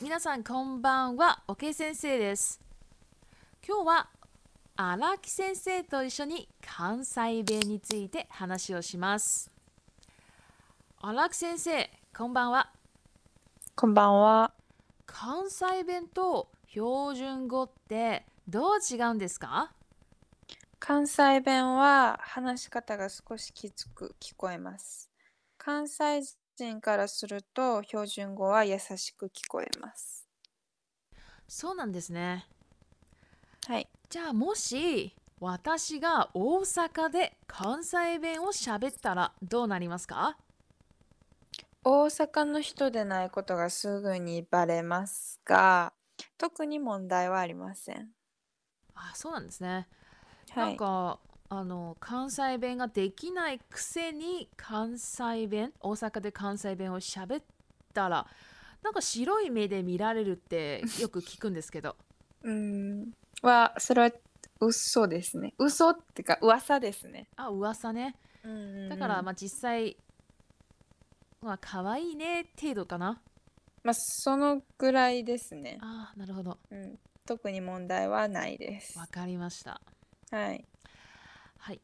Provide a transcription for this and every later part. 皆さんこんばんは、おけ先生です。今日は荒木先生と一緒に関西弁について話をします。荒木先生、こんばんは。こんばんは。関西弁と標準語ってどう違うんですか関西弁は話し方が少しきつく聞こえます。関西人からすると標準語は優しく聞こえます。そうなんですね。はい。じゃあもし私が大阪で関西弁を喋ったらどうなりますか大阪の人でないことがすぐにバレますが、特に問題はありません。あそうなんですね。はなんい。かあの関西弁ができないくせに関西弁大阪で関西弁を喋ったらなんか白い目で見られるってよく聞くんですけ どうーん。は、それは嘘ですね。嘘ってか噂ですね。あ噂ねうんだからまあ実際まあ可愛いね程度かなまあ、そのぐらいですね。あーなるほどうん。特に問題はないです。わかりましたはい。はい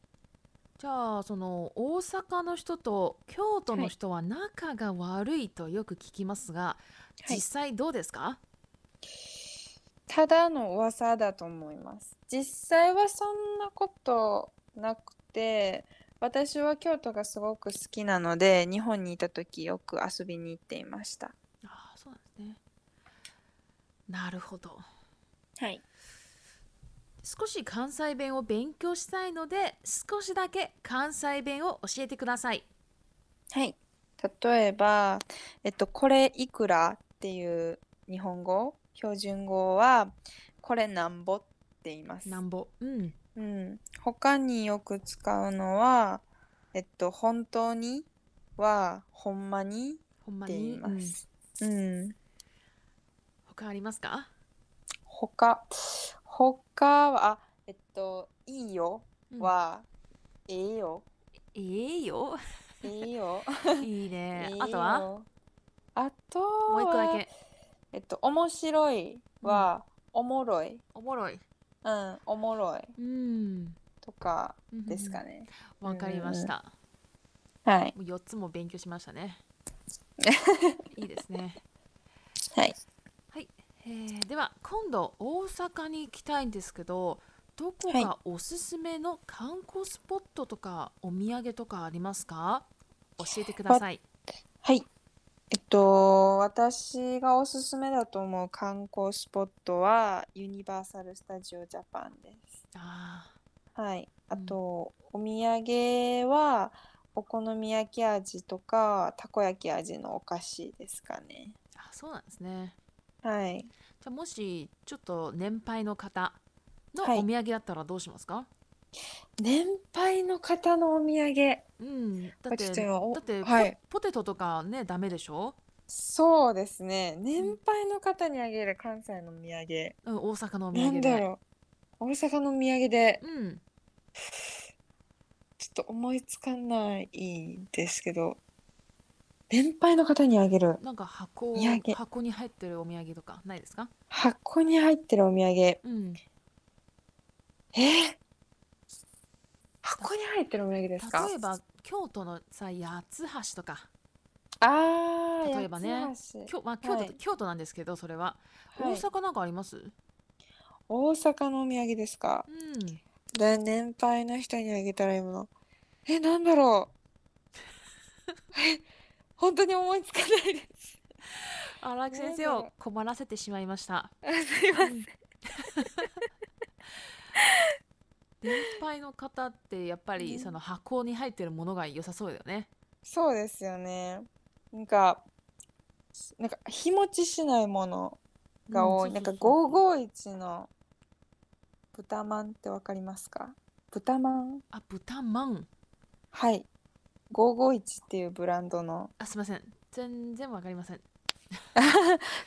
じゃあその大阪の人と京都の人は仲が悪いとよく聞きますが、はい実際どうですか、ただの噂だと思います。実際はそんなことなくて、私は京都がすごく好きなので、日本にいた時よく遊びに行っていました。ああそうなんですねなるほどはい。少し関西弁を勉強したいので少しだけ関西弁を教えてくださいはい。例えば、えっと、これいくらっていう日本語、標準語は、これなんぼって言います。なんぼうんうん。他によく使うのは、えっと、本当には、ほんまにほんまって言いに、うまん、す。うん他ありますか他他はあえっと「いいよ」うんは「ええよ」ええよ「ええ よ」いいね ええあとはよあともう一個だはけえっと「面白い」は「おもろい」おもろいうん「おもろいうん」とかですかねうんわかりました、はいもう4つも勉強しました ねいいですねはいはい、えーでは今度大阪に行きたいんですけどどこはかおすすめの観光スポットとかお土産とかありますか教えてくださいはいえっと私がおすすめだと思う観光スポットはユニバーサル・スタジオ・ジャパンですあはい。あうんと、お土産は、お好み焼き味とか、たこ焼き味のお菓子ですかね。ーあそうなんですねはい。じゃあもしちょっと年配の方のはいお土産だったらどうしますか、年配の方のお土産。うんだっちてょっと今おだってポ,、はいポテトとかねダメでしょ、そうですね。年配の方にあげる関西のお土産。うん、大阪のお土な産でんだろう。大阪のお土産で、うんちょっと思いつかないですけど、年配の方にあげる。なんか箱を土産箱に入ってるお土産とかないですか箱に入ってるお土産。うんえー箱に入ってるお土産ですか例えば京都のさ八つ橋とかあー例えばね八つ京,、まあ、京都、はい京都なんですけどそれは、橋はい大阪なんかありますうん大阪のお土産ですかで年配の人にあげたらいいものえなんだろうえ本当に思いつかないです荒木先生なんだろをう困らせてしまいましたあすいません年配の方ってやっぱりねその箱に入ってるものが良さそうだよねそうですよねなんかなんか日持ちしないものが多い、うんなんかそうそうそう551の豚まんってわかりますか豚まんあ豚まんはい。551っていうブランドのあすいません全然わかりません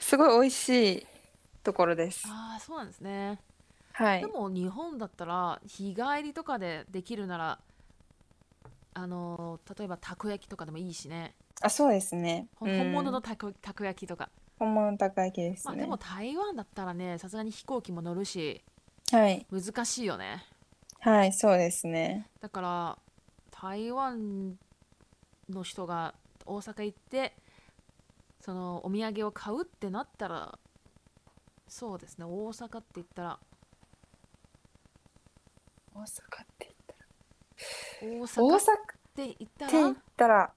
すごい美味しいところです。ああそうなんですね、はいで。も日本だったら日帰りとかでできるならあのー例えばたこ焼きとかでもいいしねあ、そうですね。ほんうん本物のたこたこ焼きとか本物高い系ですまあ、ね。でも台湾だったらねさすがに飛行機も乗るしはい、難しいよねはい、そうですね。だから台湾の人が大阪行ってそのお土産を買うってなったらそうですね大阪って言ったら大阪って言ったら。大大阪阪っって言った言っらたら、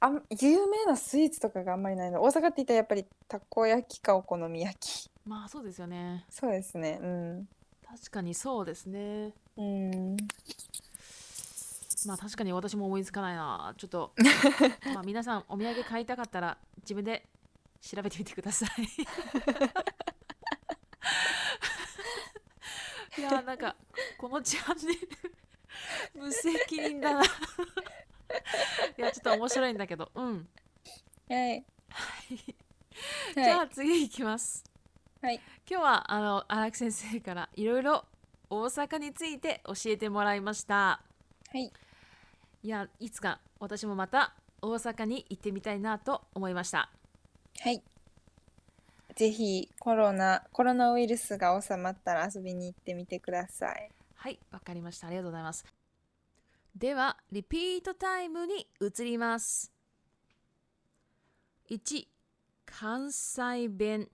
あん有名なスイーツとかがあんまりないの。大阪って言ったらやっぱりたこ焼きかお好み焼き。まあそうですよねそうですね。うん。確かにそうですねうん。まあ確かに私も思いつかないなちょっとまあ皆さんお土産買いたかったら自分で調べてみてくださいいやーなんかこのチャンネル無責任だないやちょっと面白いんだけどうんはい。はいじじゃあ次いきます。はい。今日はあの荒木先生からいろいろ大阪について教えてもらいました。はい。いやいつか私もまた大阪に行ってみたいなと思いました。はい。ぜひコロナ、コロナウイルスが収まったら遊びに行ってみてください。はい、わかりました。ありがとうございます。では、リピートタイムに移ります。1、関西弁。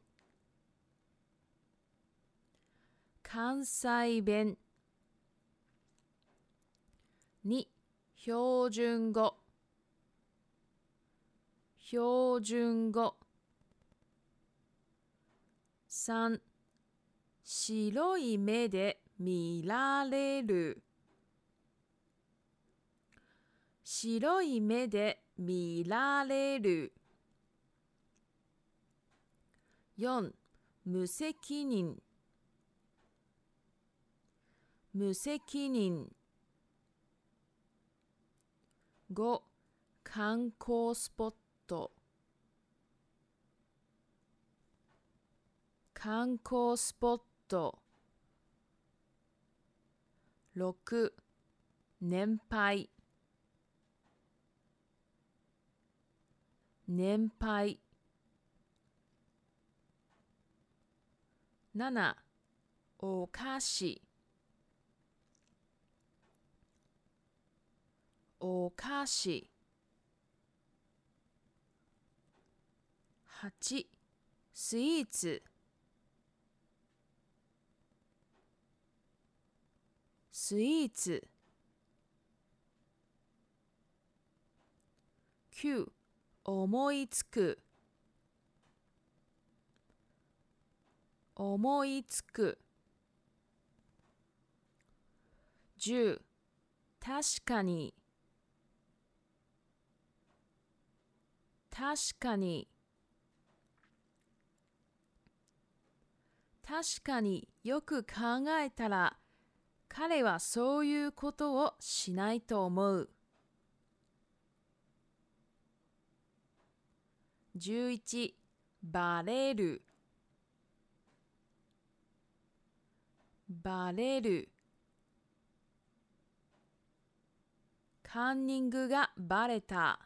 関西弁。2、標準語。標準語。3、白い目で見られる白い目で見られる4無責任無責任5観光スポット観光スポット6年配年配7お菓子お菓子8スイーツスイーツ9思いつく思いつく10確かに確かに確かによく考えたら彼はそういうことをしないと思う。11バレるバレるカンニングがバレた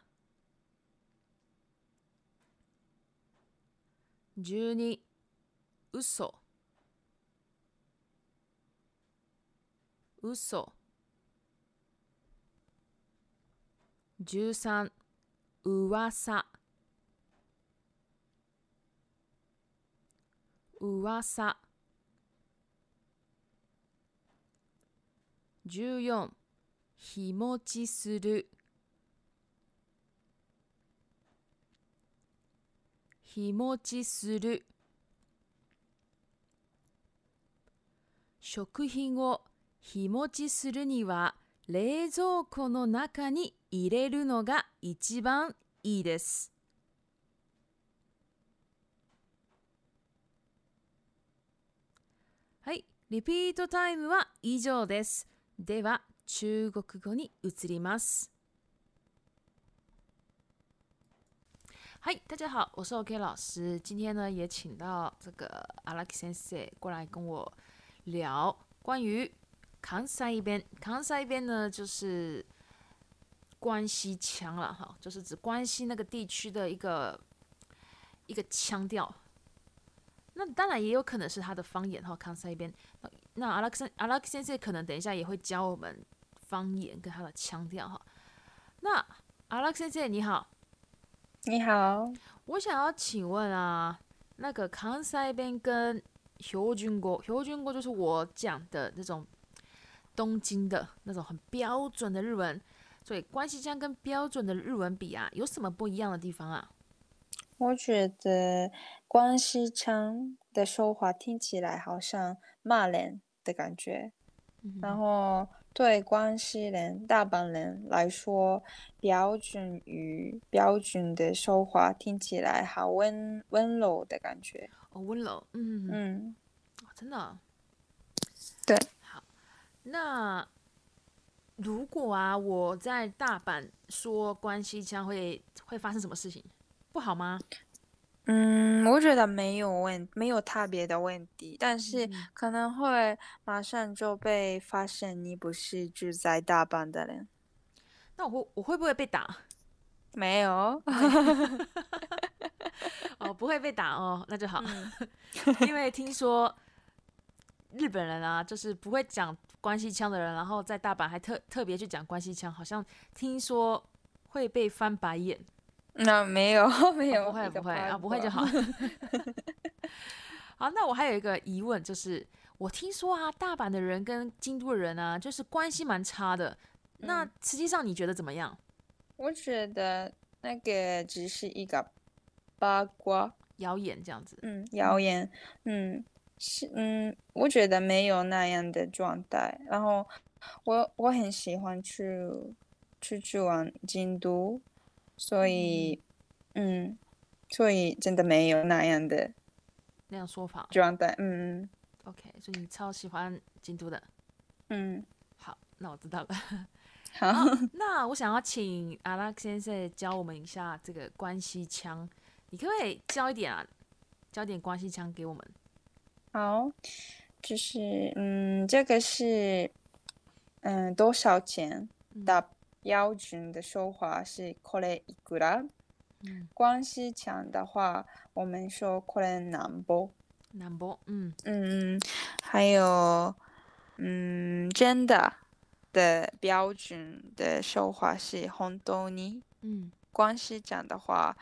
12嘘嘘13噂噂14日持ちする日持ちする食品を日持ちするには冷蔵庫の中に入れるのが一番いいです。はい、リピートタイムは以上です。では、中国語に移ります。嗨，大家好，我是 OK 老师。今天呢，也请到这个阿拉克先生过来跟我聊关于関西弁。関西弁呢，就是关西腔了哈，就是指关西那个地区的一个一个腔调。那当然也有可能是他的方言哈，康塞边。那那阿拉克森阿拉克先生可能等一下也会教我们方言跟他的腔调哈。那阿拉克先生你好，你好。我想要请问啊，那个関西弁跟標準語，標準語就是我讲的那种东京的那种很标准的日文，所以关西腔跟标准的日文比啊，有什么不一样的地方啊？我觉得关西腔的说话听起来好像骂人的感觉，嗯然后对关西人、大阪人来说，标准语、标准的说话听起来好温温柔的感觉。哦，温柔，嗯，嗯，哦真的啊，对。好，那如果啊，我在大阪说关西腔会会发生什么事情？不好吗？嗯，我觉得没有问，没有特别的问题，但是嗯可能会马上就被发现你不是住在大阪的人。那我会我会不会被打？没有，哦，不会被打哦，那就好。嗯 因为听说日本人啊，就是不会讲关西腔的人，然后在大阪还特特别去讲关西腔，好像听说会被翻白眼。那嗯啊没有 没哦有不会一个不会八啊，不会就卦好。好，那我还有一个疑问，就是我听说啊，大阪的人跟京都的人啊，就是关系蛮差的。那嗯实际上你觉得怎么样？ 我觉得那个只是一个八卦，谣言这样子，嗯，谣言，嗯，是，嗯，我觉得没有那样的状态。然后我我很喜欢去出去玩京都，所以，嗯，所以真的没有那样的那样说法状态，嗯 OK，所以你超喜欢京都的。嗯，好，那我知道了。好，好，那我想要请阿拉先生教我们一下这个关系腔，你可不可以教一点啊？教点关系腔给我们。好，就是嗯，这个是嗯多少钱嗯的标准的说法是これいくら。嗯，关系强的话，我们说これなんぼ。南博，嗯，嗯，还有嗯真的的标准的说法是本当に。嗯，关系强的话，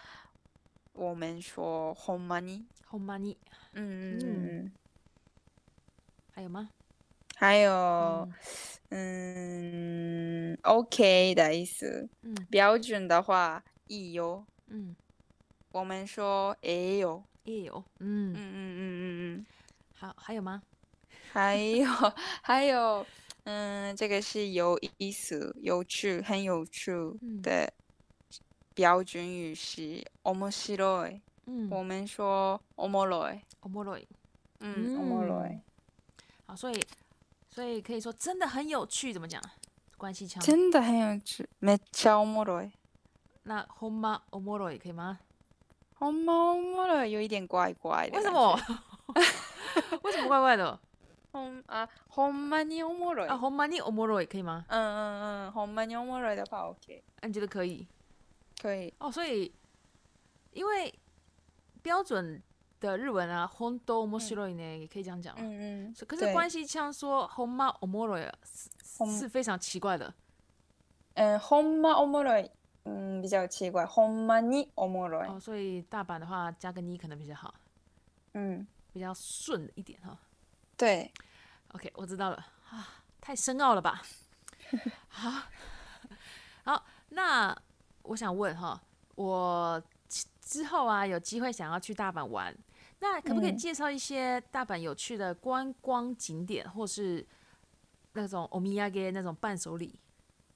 我们说ほんまに。ほんまに嗯嗯嗯嗯嗯，还有吗？还有。呃嗯嗯，OK 的意思。嗯标准的话，いいよ。嗯，我们说ええよ。也有，嗯嗯嗯嗯嗯嗯。好，还有吗？还有 还有，嗯，这个是有意思、有趣、很有趣嗯的标准语是面白い。嗯，我们说おもろい。おもろい。嗯，おもろい。好，所以所以可以说真的很有趣，怎么讲？关系腔。真的很有趣。めっちゃおもろい。那ほんまおもろい可以吗？ほんまおもろい有一点怪怪的为什感么 觉？？为什么怪怪的？ ほんあ、ほんまにおもろい啊，。ほんまにおもろい可以吗？嗯嗯嗯，ほんまにおもろい的话 OK，啊、你觉得可以？可以。哦，所以因为标准的日文啊，本当面白い呢，也可以这样讲嘛。啊嗯嗯是可是对关系腔说ほんまおもろい啊是ほん是非常奇怪的。嗯，ほんまおもろい，嗯，比较奇怪。ほんまにおもろい哦，，所以大阪的话加个你可能比较好，嗯，比较顺一点哈、对， OK，我知道了啊，太深奥了吧？好，好，那我想问哈，我之之后啊有机会想要去大阪玩，那可不可以嗯介绍一些大阪有趣的观光景点，或是那种お土産那种伴手礼？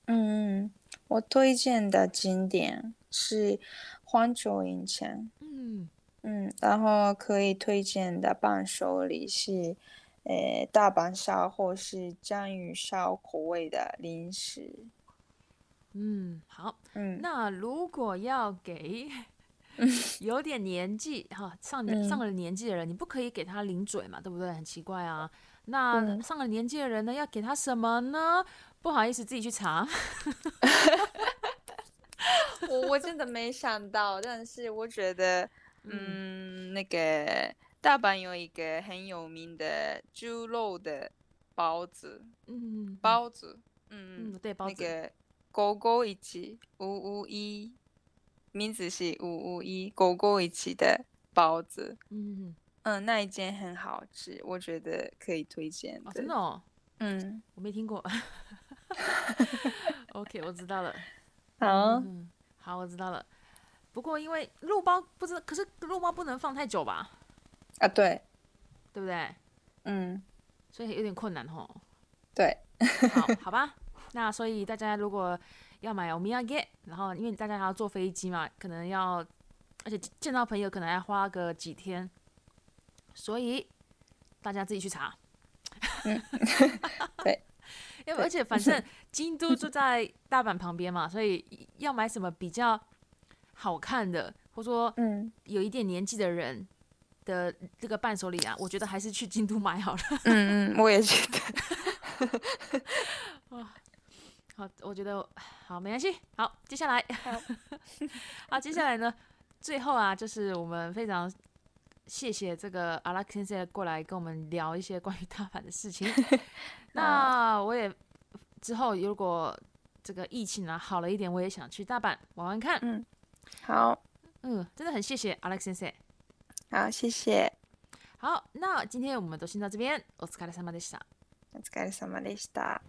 嗯嗯，我推荐的景点是环球影城，嗯，嗯，然后可以推荐的伴手礼是，呃，大阪烧或是章鱼烧口味的零食，嗯，好，嗯那如果要 给有点年纪哈，上嗯年上了年纪的人，你不可以给他零嘴嘛，对不对？很奇怪啊。那嗯上了年纪的人呢，要给他什么呢？不好意思，自己去查。我我真的没想到，但是我觉得嗯，那个大阪有一个很有名的猪肉的包子，嗯，包子，嗯，嗯，对，包那子。个狗狗一起五五一，名字是五五一狗狗一起的包子，嗯，嗯，那一间很好吃，我觉得可以推荐哦，的真的哦，嗯，我没听 过。OK，我知道了。好，嗯，好，我知道了。不过因为肉包不知道，可是肉包不能放太久吧，啊，对，对不对？嗯，所以有点困难哦吼。对，好，好吧。那所以大家如果要买お土産，然后因为大家还要坐飞机嘛，可能要，而且见到朋友可能还要花个几天，所以大家自己去查。嗯 对。因为而且反正京都就在大阪旁边嘛，所以要买什么比较好看的，或者说嗯有一点年纪的人的这个伴手礼啊，我觉得还是去京都买好了。嗯嗯，我也觉得，好，我觉得好，没关系。好，接下来，好 好，接下来呢，最后啊，就是我们非常谢谢这个阿拉克先生过来跟我们聊一些关于大阪的事情。那我也之后如果这个疫情啊好了一点，我也想去大阪玩玩看。好嗯，真的很谢谢阿拉克先生。好，谢谢，好，那今天我们都先到这边，お疲れ様でした。お疲れ様でした。